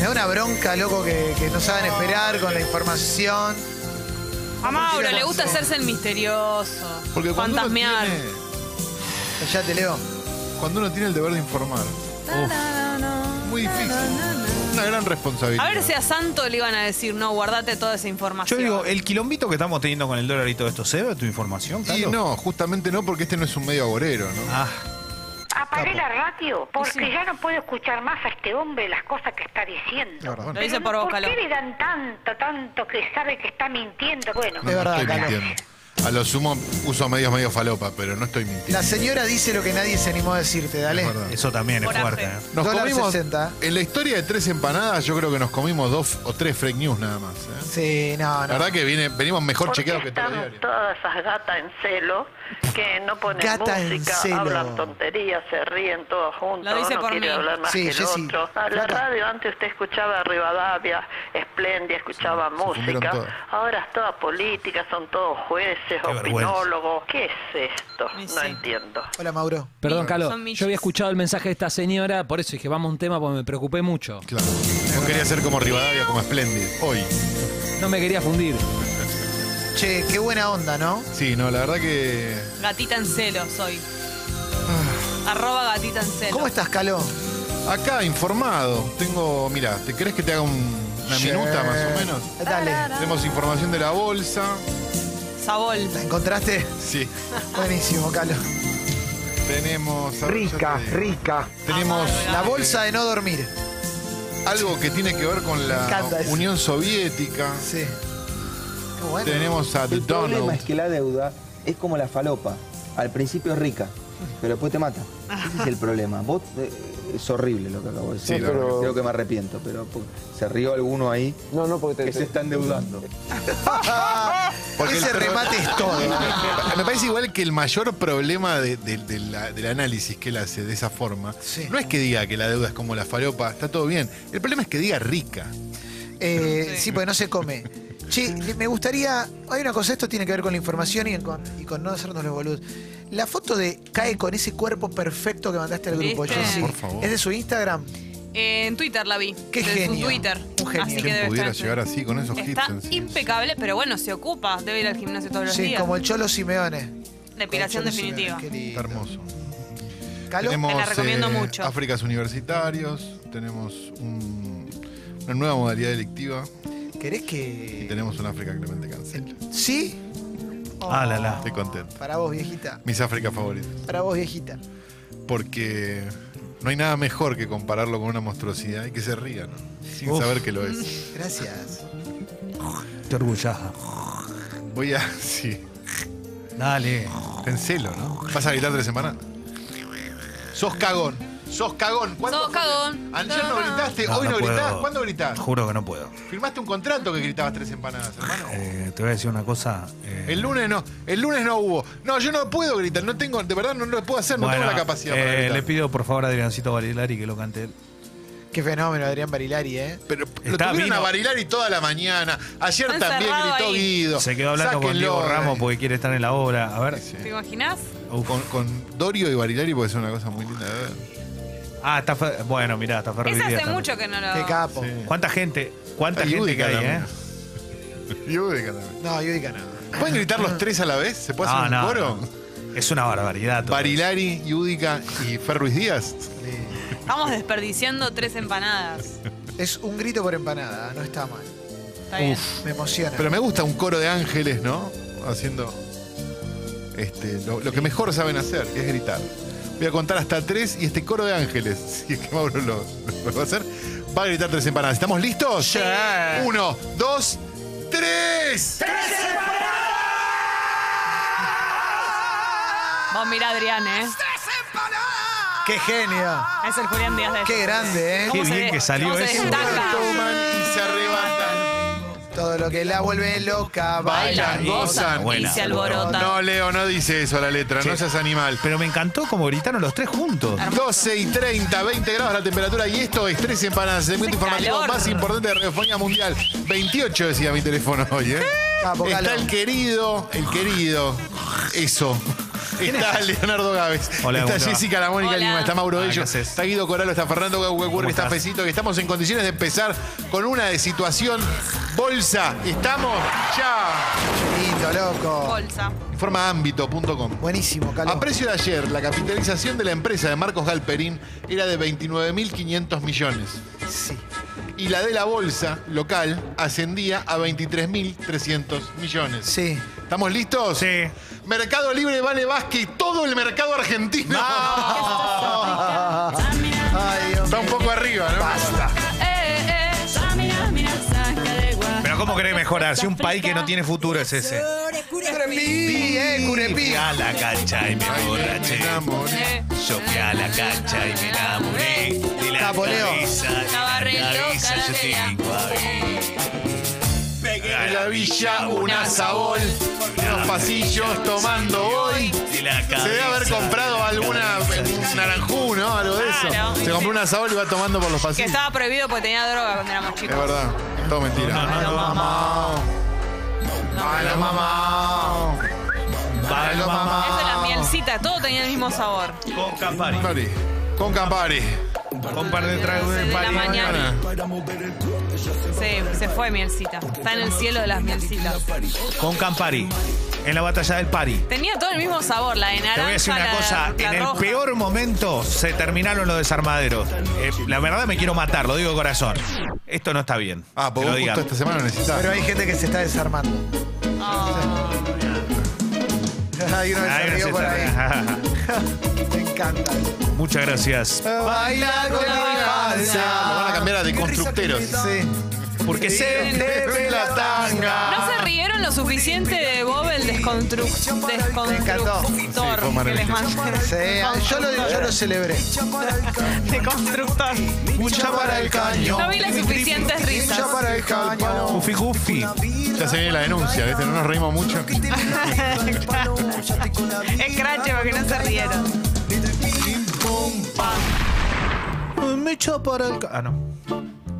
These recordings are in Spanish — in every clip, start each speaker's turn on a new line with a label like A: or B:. A: Oh.
B: una bronca, loco, que, que no saben esperar con la información.
C: A Mauro le gusta hacerse el misterioso.
A: Porque cuando uno
C: fantasmear.
A: tiene-
B: Ya te leo.
A: cuando uno tiene el deber de informar. Muy difícil. Una gran responsabilidad.
C: A ver si a Santo le iban a decir, no, guardate toda esa
D: Yo
C: información.
D: digo, eh, el quilombito que estamos teniendo con el dólar y todo esto, ¿se debe a tu información,
A: Y
D: Calo?
A: no, justamente no, porque este no es un medio agorero, ¿no?
D: Ah,
E: Apagué la radio porque ya no puedo escuchar más a este hombre las cosas que está diciendo.
A: Perdón.
C: Lo dice
E: Pero
C: por
E: no,
C: vos,
E: ¿Por
C: Calo.
E: qué le dan tanto, tanto que sabe que está mintiendo? Bueno,
A: No,
B: Es
A: no
B: verdad,
A: estoy
B: Calo.
A: mintiendo. A lo sumo uso medios medio falopa, pero no estoy mintiendo.
B: La señora dice lo que nadie se animó a decirte, dale.
A: Es verdad.
D: eso también es
C: Coraje.
D: fuerte. ¿eh?
A: Nos
B: Dólar
A: comimos
B: 60.
A: en la historia de tres empanadas, yo creo que nos comimos dos o tres fake news nada más. ¿eh?
B: Sí, no,
A: La
B: no.
A: verdad que viene, venimos mejor
F: Porque
A: chequeados que todo
F: están todas esas gatas en celo que no ponen
B: Gata en
F: música,
B: celo.
F: hablan tonterías, se ríen todos juntos,
C: Lo dice
F: uno
C: por
F: quiere
C: mí.
F: hablar más
B: Sí,
F: que el
B: Jessy,
F: otro. A la
B: gata.
F: radio antes usted escuchaba Rivadavia, Esplendia, escuchaba
A: confundieron
F: música,
A: todas.
F: ahora es toda política, son todos jueces,
D: Qué vergüenza.
F: opinólogos. ¿Qué es esto?
C: Y
F: No
C: sí.
F: entiendo.
B: Hola, Mauro.
G: Perdón, Calo.
C: Son michis.
G: Yo había escuchado el mensaje de esta señora, por eso dije, vamos a un tema, porque me preocupé mucho.
A: Claro. No quería ser como Rivadavia, como Splendid. Hoy.
G: No me quería fundir.
B: Che, qué buena onda, ¿no?
A: Sí, no, la verdad que.
C: Gatita en celo soy. Arroba gatita en celo.
B: ¿Cómo estás, Caló?
A: Acá, informado. Tengo. Mira, ¿te crees que te haga un- una minuta más o menos?
B: Dale.
A: Tenemos información de la bolsa.
C: Sabol.
B: ¿La encontraste?
A: Sí.
B: Buenísimo, Caló.
A: Tenemos. Rica, rica. Tenemos
B: La bolsa de no dormir.
A: algo que tiene que ver con la
B: encanta eso.
A: Unión Soviética.
B: Sí. Qué bueno.
A: Tenemos a The
H: El problema
A: Donald.
H: es que la deuda es como la falopa. Al principio es rica, pero después te mata. Ese es el problema. Vos, eh, es horrible lo que acabo de decir.
A: Sí, la verdad
H: Creo que me arrepiento, pero po- se rió alguno ahí
I: No, no, porque
H: que se está endeudando.
A: Porque
B: Ese
A: el pro-
B: remate es todo. ¿eh?
A: Me parece igual que el mayor problema de- de- de la- del análisis que él hace de esa forma
B: Sí.
A: no es que diga que la deuda es como la faropa, está todo bien. El problema es que diga rica.
B: Eh, sí, porque no se come. Che, le- me gustaría. Hay una cosa, esto tiene que ver con la información y con, y con no hacernos los boludos. La foto de cae con ese cuerpo perfecto que mandaste al grupo,
C: ¿Viste?
B: Jessy.
A: Por favor.
B: Es de su Instagram.
C: Eh, en Twitter la vi.
B: Qué
C: De su
B: genio.
C: Twitter.
B: Un genio.
C: Así
B: ¿Quién
C: que
A: ¿Quién
C: debe
A: pudiera
C: estar.
A: llegar así con esos
C: Está
A: hits encima?
C: impecable, pero bueno, se ocupa. Debe ir al gimnasio todos los
B: Sí,
C: días.
B: como el Cholo Simeone.
C: Depilación
B: Como el Cholo Simeone,
C: definitiva.
B: qué
A: Está
B: lindo.
A: hermoso.
B: Caló,
A: Tenemos eh,
C: Te la recomiendo mucho.
A: Áfricas Universitarios, tenemos un- una nueva modalidad delictiva
B: ¿querés
A: y
B: que.?
A: tenemos un África Clemente Cancel.
B: ¿Sí?
D: Ah, la, la.
A: Estoy contento.
B: Para vos, viejita.
A: Mis Áfricas favoritas.
B: Para vos, viejita.
A: Porque no hay nada mejor que compararlo con una monstruosidad y que se rían, ¿no? sin
D: Uf.
A: saber que lo es.
B: Gracias.
D: Te orgullaja.
A: Voy a. Sí.
D: Dale.
A: Penselo, ¿no? Vas a gritar tres semanas. Sos cagón. Sos cagón. ¿Cuándo
C: Sos
A: fue?
C: cagón.
A: Ayer no
C: Cagón.
A: gritaste,
D: No,
A: hoy no,
D: no puedo.
A: gritás. ¿Cuándo gritás?
D: Juro que no puedo.
A: Firmaste un contrato que gritabas tres empanadas, hermano.
D: Eh, te voy a decir una cosa. eh,
A: El lunes no, el lunes no hubo. No, yo no puedo gritar, no tengo, de verdad no lo puedo hacer, no
D: bueno,
A: tengo la capacidad
D: eh,
A: para gritar.
D: Le pido por favor a Adriancito Barilari que lo cante él.
B: Qué fenómeno, Adrián Barilari, ¿eh?
A: Pero lo
D: Está,
A: tuvieron a
D: vino.
A: Barilari toda la mañana. Ayer
C: Está
A: también
C: encerrado
A: gritó
C: ahí.
A: Guido.
D: Se quedó hablando con
A: Sáquenlo. eh.
D: Diego Ramos pues. porque quiere estar en la obra. A ver.
C: ¿Te imaginas?
A: Uh, Con, con Dorio y Barilari puede ser una cosa muy linda de ver.
D: Ah, está Fer- Bueno, mirá, está Ferro
C: Esa
D: Vidal
C: hace
D: también.
C: mucho que no lo.
B: Qué capo.
A: Sí.
D: ¿Cuánta gente? ¿Cuánta
A: Está
D: gente que
A: Yudica
D: hay, eh?
A: también. Yudica también.
B: No, yo diga nada.
A: ¿Pueden gritar los tres a la vez? ¿Se puede hacer
D: Ah,
A: un
D: no,
A: coro?
D: no. Es una barbaridad. todo.
A: Barilari, Yudica y Ferruiz Díaz.
C: Estamos desperdiciando tres empanadas.
B: Es un grito por empanada, no está mal.
C: Está bien.
B: Me emociona.
A: Pero me gusta un coro de ángeles, ¿no? Haciendo este, lo, lo que mejor saben hacer, que es gritar. Voy a contar hasta tres y este coro de ángeles, si es que Mauro lo, lo va a hacer, va a gritar tres empanadas. ¿Estamos listos? Uno, dos, tres.
C: Vos mirá, Adrián, ¿eh?
B: ¡Qué genio!
C: Es el Julián Díaz de.
B: ¡Qué grande, eh!
D: Qué
C: ¿Cómo se
D: bien
C: de-
D: que salió
C: cómo se
D: eso.
C: destaca?
A: Toman y se arrebatan.
B: Todo lo que la vuelve loca,
A: Bailan,
B: bailan,
A: gozan.
C: Y
D: Buena.
C: se alborota.
A: No, Leo, no dice eso la letra, no seas animal.
D: Pero me encantó como gritaron los tres juntos.
A: 12 y 30, 20 grados la temperatura y esto es 13 empanadas, el segmento
C: Hace
A: informativo
C: calor.
A: más importante de Radiofonía Mundial. 28 decía mi teléfono hoy, ¿eh?
B: Capo,
A: Está
B: calor.
A: el querido, el querido, eso, Está Leonardo Gávez.
D: Hola,
A: está
D: ¿cómo te va?
A: Jessica La Mónica
C: Hola.
A: Lima. Está Mauro
D: Ah, ¿qué
A: Bello.
D: haces?
A: Está Guido Coralo. Está Fernando Gauguecurri. Está
D: estás?
A: Pesito. Que estamos en condiciones de empezar con una de situación bolsa. Estamos ya.
B: Lindo, loco.
C: Bolsa.
A: Informaámbito.com.
B: Buenísimo, Calo.
A: A precio de ayer, la capitalización de la empresa de Marcos Galperín era de 29.500 millones
B: Sí.
A: y la de la bolsa local ascendía a 23.300 millones.
B: Sí.
A: ¿Estamos listos?
D: Sí.
A: Mercado Libre vale más que todo el mercado argentino.
B: Ay, Dios.
A: Está un poco arriba, ¿no?
C: Eh,
D: Pero ¿cómo querés mejorar? Si un país que no tiene futuro es ese.
B: Curepí, eh, curepí.
D: Fui a la cancha y me emborraché.
C: Eh,
D: Yo fui a la cancha y me enamoré. De la
B: Capo, Leo.
D: cabeza, de
C: Estaba re
D: la cabeza,
C: loca
D: yo
C: la
D: te
C: nena.
D: digo a ver.
A: En la villa, un azabol, unos pasillos tomando hoy.
D: De la cabeza.
A: Se debe haber comprado alguna un naranjú, ¿no? Algo de eso.
C: Claro.
A: Se compró un azabol y va tomando por los
C: Que
A: pasillos.
C: estaba prohibido porque tenía droga cuando éramos
A: Es
C: chicos.
A: verdad, todo mentira.
C: Malo, mamá.
A: Malo, mamá. Malo, mamá.
C: Eso la mielcita, todo tenía el mismo sabor.
D: Con Campari.
A: Campari. Con Campari.
D: Un par de tragos
C: Once
D: de
C: de la
D: París.
C: mañana. Se, se fue mielcita. Está en el cielo de las mielcitas.
D: Con Campari. En la batalla del Pari.
C: Tenía todo el mismo sabor, la de naranja.
D: Te voy a decir una
C: la-
D: cosa,
C: la
D: en el
C: roja.
D: peor momento se terminaron los desarmaderos. Eh, la verdad me quiero matar, lo digo de corazón. Esto no está bien.
A: Ah,
D: Que
A: porque
D: lo
A: vos
D: digan.
A: justo esta semana necesitas.
B: Pero hay gente que se está desarmando.
C: Oh.
B: Hay uno que
D: Ah,
B: se
D: gracias,
B: rió por Ah. ahí.
D: Tania.
B: Me encanta.
D: Muchas gracias.
B: Bailar con la
A: Lo van a cambiar a de constructeros.
B: Sí.
D: Porque se
B: Debe la tanga.
C: No se rieron lo suficiente de Bob el desconstruc- desconstructor
A: Sí, fue
C: que les
A: maravilloso.
C: mandé.
B: Sí, yo lo, yo lo celebré.
C: Desconstructor.
B: Mucha para el caño.
C: No vi las suficientes risas.
B: Mucha para el caño.
D: Jufi Jufi.
A: Ya se viene la denuncia, ¿viste? No nos reímos mucho.
C: Es crache porque no se rieron.
D: Me echa para el. ca- Ah, no.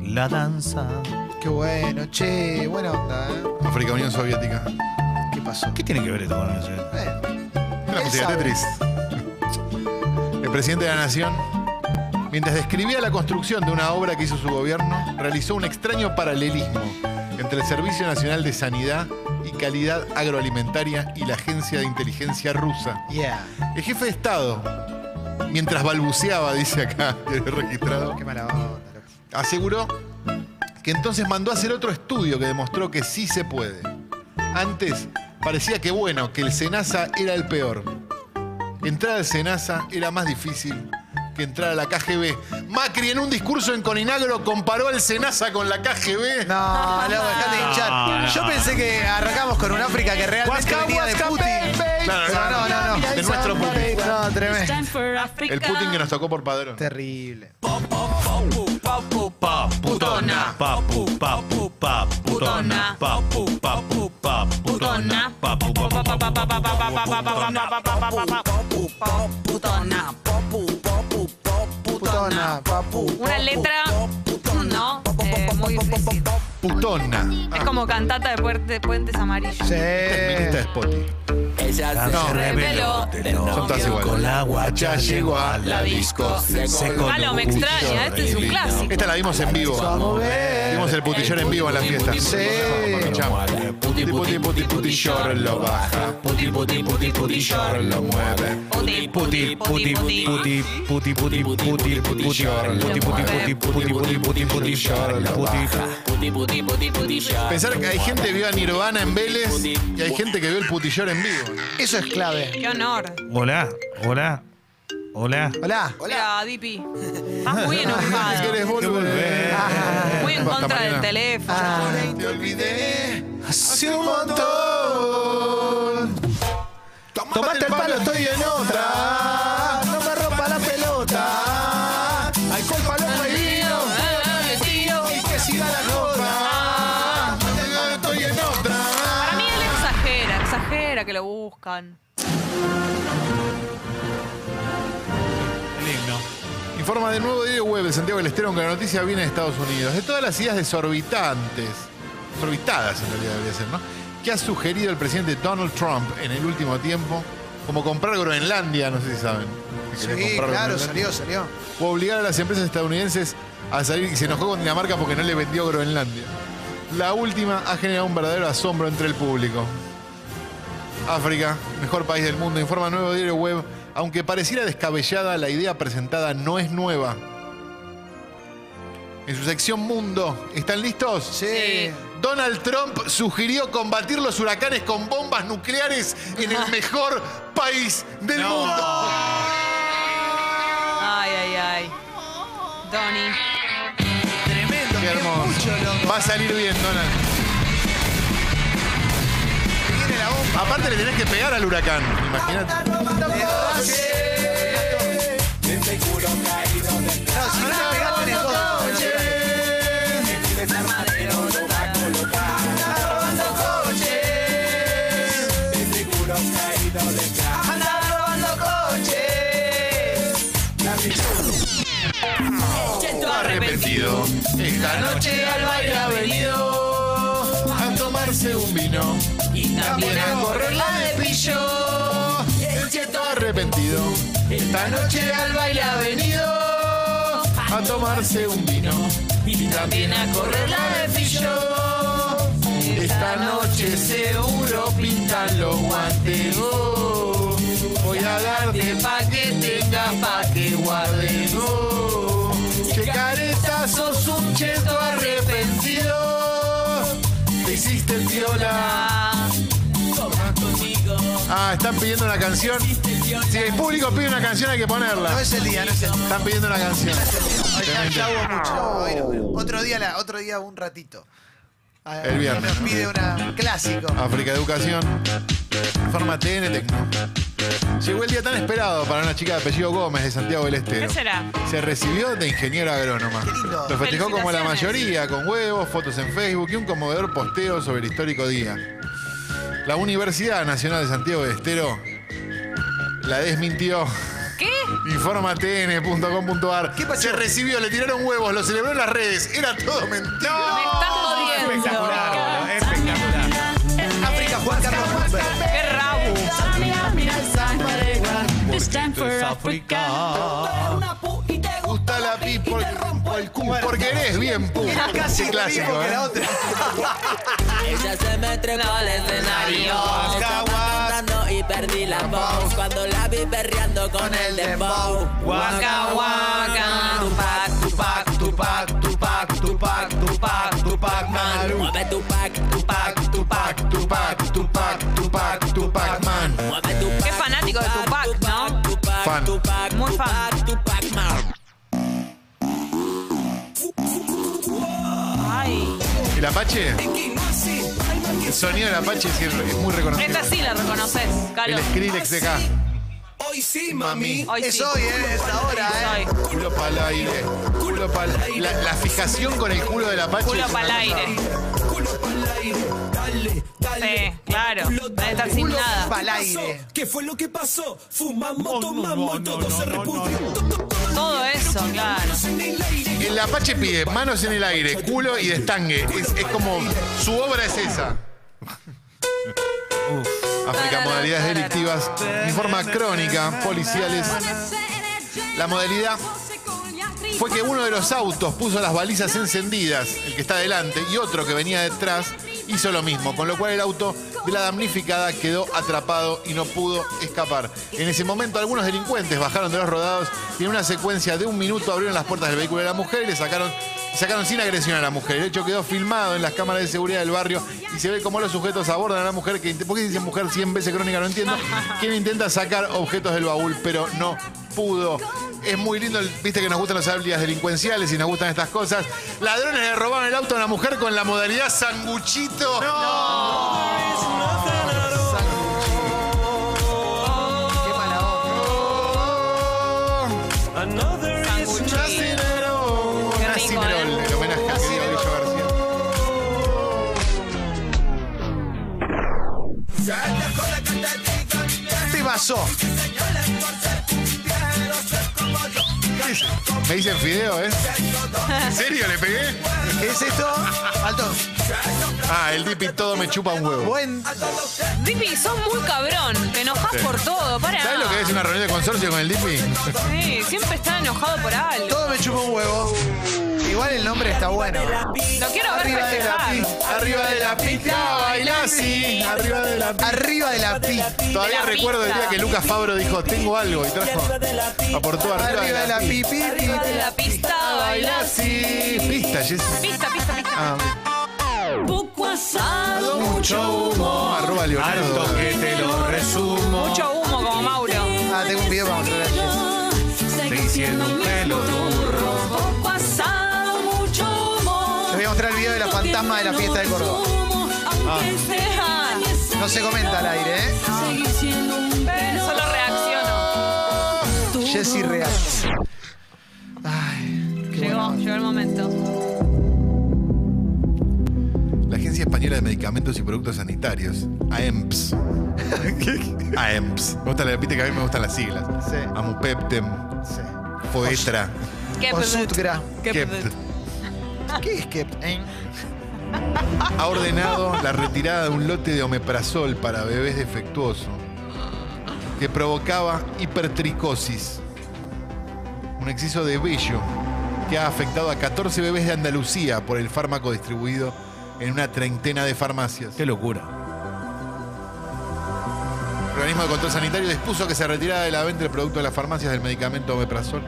D: La danza.
B: Qué bueno, che, buena onda, ¿eh?
A: África, Unión Soviética.
B: ¿Qué pasó?
D: ¿Qué tiene que ver esto con eso?
B: Eh,
A: La música
B: Él
A: de
B: sabe.
A: Tetris. El presidente de la Nación, mientras describía la construcción de una obra que hizo su gobierno, realizó un extraño paralelismo entre el Servicio Nacional de Sanidad y Calidad Agroalimentaria y la Agencia de Inteligencia Rusa.
B: Yeah.
A: El jefe de Estado, mientras balbuceaba, dice acá, el registrado,
B: Qué mala onda, loco.
A: aseguró que entonces mandó a hacer otro estudio que demostró que sí se puede. Antes parecía que bueno, que el Senasa era el peor. Entrar al Senasa era más difícil que entrar a la KGB. Macri en un discurso en Coninagro comparó al Senasa con la KGB.
B: No, loco, dejate de hinchar. Yo pensé que arrancamos con un África que realmente
A: Guasca,
B: venía de
A: guasca,
B: Putin.
A: baby. Claro,
B: Pero no, no, no.
A: De nuestro Putin.
B: No, tremendo.
A: El Putin que nos tocó por padrón.
B: Terrible.
D: Papu, paputona. Papu, papu, paputona. Papu, papu, paputona. Papu, papu,
B: Putona, papu.
C: Una letra, no, eh, muy difícil.
A: Putona.
C: Es como cantata de puente- puentes amarillos.
B: Sí.
A: Feminista de Spotty.
D: No,
C: Reveló del
A: Son todas
C: novio.
A: iguales.
D: la guacha llegó a
A: la disco.
C: Palo, me extraña, este es un clásico.
A: Esta la vimos en vivo. Vimos el putillor en vivo en la fiesta.
B: Sí.
A: Escuchamos. Puti, puti, puti, putillor lo baja.
I: Puti, puti, puti, puti, short lo mueve.
C: Puti, puti, puti, puti.
D: puti, puti, puti, puti, puti, puti, puti, puti, puti, puti, puti, puti, puti,
I: Short lo
D: puti.
I: baja. Puti, puti, puti, puti, short.
A: Pensar que hay gente que vio a Nirvana en Vélez y hay gente que vio el putillor en vivo.
B: Eso es clave.
C: Qué honor.
D: Hola, hola, hola.
B: Hola.
C: Hola, Dipi. Estás muy enojado.
A: ¿Querés volver?
C: Muy en
A: Basta,
C: contra del
A: Mariana.
C: teléfono.
A: Te olvidé.
D: Hace un
A: montón.
B: Tomate el palo, estoy en otra. No me rompa la pelota. Al compa lo vino. Y que siga la nota.
A: Estoy en otra.
C: Para mí él exagera, exagera que lo buscan.
A: Informa de nuevo Diario Web de Santiago del Estero que la noticia viene de Estados Unidos. De todas las ideas desorbitantes, desorbitadas en realidad debería ser, ¿no? Que ha sugerido el presidente Donald Trump en el último tiempo, Como comprar Groenlandia, no sé si saben. Si querés
B: Sí,
A: comprar
B: claro,
A: Groenlandia.
B: salió, salió.
A: O obligar a las empresas estadounidenses a salir y se enojó con Dinamarca porque no le vendió Groenlandia. La última ha generado un verdadero asombro entre el público. África, mejor país del mundo, informa Nuevo Diario Web. Aunque pareciera descabellada, la idea presentada no es nueva. En su sección Mundo, ¿están listos?
B: Sí.
A: Donald Trump sugirió combatir los huracanes con bombas nucleares en el mejor país del
D: No.
A: mundo.
C: Ay, ay, ay. Donny.
A: Qué
B: Tremendo, qué
A: hermoso.
B: mucho, loco.
A: Va a salir bien, Donald.
B: Tiene la bomba.
A: Aparte le tenés que pegar al huracán, imagínate.
B: No, si no le pegaste en el dos.
A: Arrepentido. Esta noche al baile ha venido a tomarse un vino. Y también a correr la de pillo. El cheto arrepentido. Esta noche al baile ha venido a tomarse un vino. Y también a correr la de pillo. Esta noche seguro pintan los guantes. Oh, voy a darte pa' que tengas, pa' que guardes. Oh, qué careta sos un cheto arrepentido. Te hiciste el viola. Ah, están pidiendo una canción. Si el público pide una canción, hay que
B: No
A: ponerla.
B: es el día, no es el día.
A: Están pidiendo una canción.
B: Ya, ya hubo mucho. ya hubo, bueno. Otro día, la- otro día un ratito. A-
A: El viernes.
B: Nos pide una, un clásico.
A: África Educación. Forma TN Tecno. Llegó el día tan esperado para una chica de apellido Gómez de Santiago del Estero.
C: ¿Qué será?
A: Se recibió de ingeniero agrónoma.
B: Qué lindo.
A: Lo festejó como la
C: Felicitaciones.
A: mayoría, con huevos, fotos en Facebook y un conmovedor posteo sobre el histórico día. La Universidad Nacional de Santiago del Estero la desmintió.
C: ¿Qué?
A: Informa tn.com.ar.
B: ¿Qué pasó?
A: Se recibió, le tiraron huevos, lo celebró en las redes. Era todo
C: Me
A: mentira.
B: Oh,
C: estás jodiendo.
D: Espectacular, boludo, espectacular.
B: África, Juan Carlos Humber.
C: Qué rabo.
A: gusta la pi por, por el cu, porque eres bien pu.
B: Era casi
A: Qué
B: lo mismo que
A: ¿eh?
B: la otra.
I: Ella se me trepó al escenario. Estaba cantando y perdí la voz. Cuando la vi perreando con el dembow.
C: Waka, waka.
I: Tupac, Tupac, Tupac, Tupac, Tupac, Tupac, Tupac, man. Mueve Tupac, Tupac, Tupac, Tupac, Tupac, Tupac, Tupac, man. Mueve Tupac.
C: Qué fanático de Tupac, ¿no?
I: Tupac,
A: Fan.
I: Tupac,
C: Muy fan.
I: Tupac, Tupac, man.
C: Ay.
A: El Apache. El sonido del Apache es, es muy reconocido.
C: Esta sí la reconoces, Calo.
A: El Skrillex de acá.
C: Hoy
B: es
C: sí.
B: hoy, ¿eh? es ahora, ¿eh?
C: Soy.
A: Culo para el aire. Culo para la, la fijación con el culo del Apache.
C: Culo
A: es una
C: para el aire.
A: cosa-
C: Sí, claro. Van a estar sin
B: Culo
C: nada.
B: pa'l aire.
C: Todo eso, claro.
A: El Apache pide manos en el aire, culo y destangue. Es, es como. Su obra es esa. África, modalidades delictivas. Informa crónica, policiales. La modalidad fue que uno de los autos puso las balizas encendidas, el que está adelante, y otro que venía detrás hizo lo mismo, con lo cual el auto de la damnificada quedó atrapado y no pudo escapar. En ese momento algunos delincuentes bajaron de los rodados y en una secuencia de un minuto abrieron las puertas del vehículo de la mujer y le sacaron, sacaron sin agresión a la mujer. El hecho quedó filmado en las cámaras de seguridad del barrio y se ve cómo los sujetos abordan a la mujer que... int- ¿Por qué dicen mujer 100 veces crónica? No entiendo. Quien intenta sacar objetos del baúl, pero no pudo. Es muy lindo, el- viste que nos gustan las habilidades delincuenciales y nos gustan estas cosas. Ladrones le robaron el auto a una mujer con la modalidad sanguchito.
B: Qué mala onda.
C: Sanguchito.
A: Nacinerol.
C: Qué rico,
A: Nacinerol,
C: ¿eh?
A: el homenaje que dio Guillo García.
B: Te pasó.
A: Me dicen fideo, ¿eh? ¿En serio le pegué?
B: ¿Qué es esto? Alto.
A: Ah, el dipi todo me chupa un huevo.
B: Buen.
C: Dipi, sos muy cabrón. Te enojas
A: Sí.
C: por todo. Para.
A: ¿Sabes lo que es una reunión de consorcio con el dipi?
C: Sí, siempre está enojado por algo.
B: Todo me chupa un huevo. Igual el nombre está bueno.
C: Lo quiero ver festejar.
A: pista, arriba de la pista, baila así. Arriba de la pista.
B: Arriba de la pista.
A: Todavía
C: De la
A: recuerdo el
C: pista.
A: día que Lucas Fabro dijo, tengo algo, y trajo, aportó arriba,
B: Arriba de la
A: pista.
B: pipi.
C: Arriba de la pista
A: Baila
C: bailas.
A: así. Pista, Jessy.
C: Pista, pista, pista.
A: Ah,
C: Poco asado.
A: mucho humo. Arroba Leonardo.
D: Alto que te lo resumo.
C: Mucho humo como Mauro.
B: Ah, tengo un video para mostrar a Jess.
D: Te hicieron un pelo duro.
C: Poco asado, mucho
B: Les
C: humo.
B: voy a mostrar el video de la fantasma de la fiesta de Córdoba. No se comenta al aire, ¿eh?
C: Eh, Solo reacciono.
B: Jessy Real.
C: Llegó, llegó el momento.
A: La Agencia Española de Medicamentos y Productos Sanitarios, E AEMPS. AEMPS. Me gusta la repite que a mí me gustan las siglas.
B: Sí.
A: Amupeptem,
B: Sí.
A: Foetra,
C: ¿Qué
B: Consultgra.
C: ¿Qué
A: Kept.
B: ¿Qué es que? eh?
A: Ha ordenado la retirada de un lote de omeprazol para bebés defectuoso que provocaba hipertricosis, un exceso de vello que ha afectado a 14 bebés de Andalucía por el fármaco distribuido en una treintena de farmacias.
D: Qué locura.
A: El organismo de control sanitario dispuso que se retirara de la venta el producto de las farmacias del medicamento omeprazol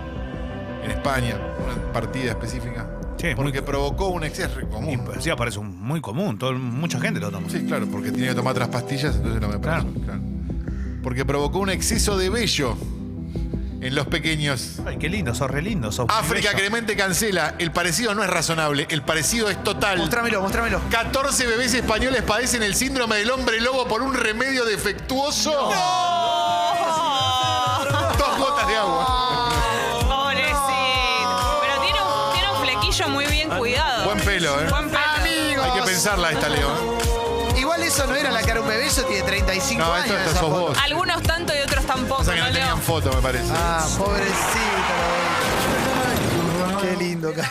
A: en España, una partida específica,
D: Sí, es
A: porque
D: muy-
A: provocó un exceso
D: Y,
A: común.
D: sí, aparece un- muy común. todo- mucha gente lo toma.
A: Sí, claro, porque tiene que tomar otras pastillas, entonces no me
D: Claro.
A: pasó, claro. Porque provocó un exceso de vello en los pequeños.
D: Ay, qué lindo, sos re lindo. Sos muy
A: África
D: bello.
A: Clemente cancela. El parecido no es razonable, el parecido es total.
B: Mostrámelo, mostrámelo.
A: 14 bebés españoles padecen el síndrome del hombre lobo por un remedio defectuoso. Dos gotas de agua.
C: Pobrecito. Pero tiene un, tiene un flequillo muy bien cuidado.
A: Buen pelo, ¿eh?
C: Buen pelo.
B: Amigos.
A: Hay que pensarla esta, Leo. ¿eh?
B: Igual eso no era la cara de un bebé, eso tiene 35
A: No,
B: años.
A: esto- esto
B: esa
A: sos
B: foto.
A: vos.
C: Algunos tanto y otros tampoco,
A: Pasa que
C: ¿no,
A: no
C: Leo?
A: tenían foto, me parece.
B: Ah, pobrecito. lo veo. Qué lindo. cara.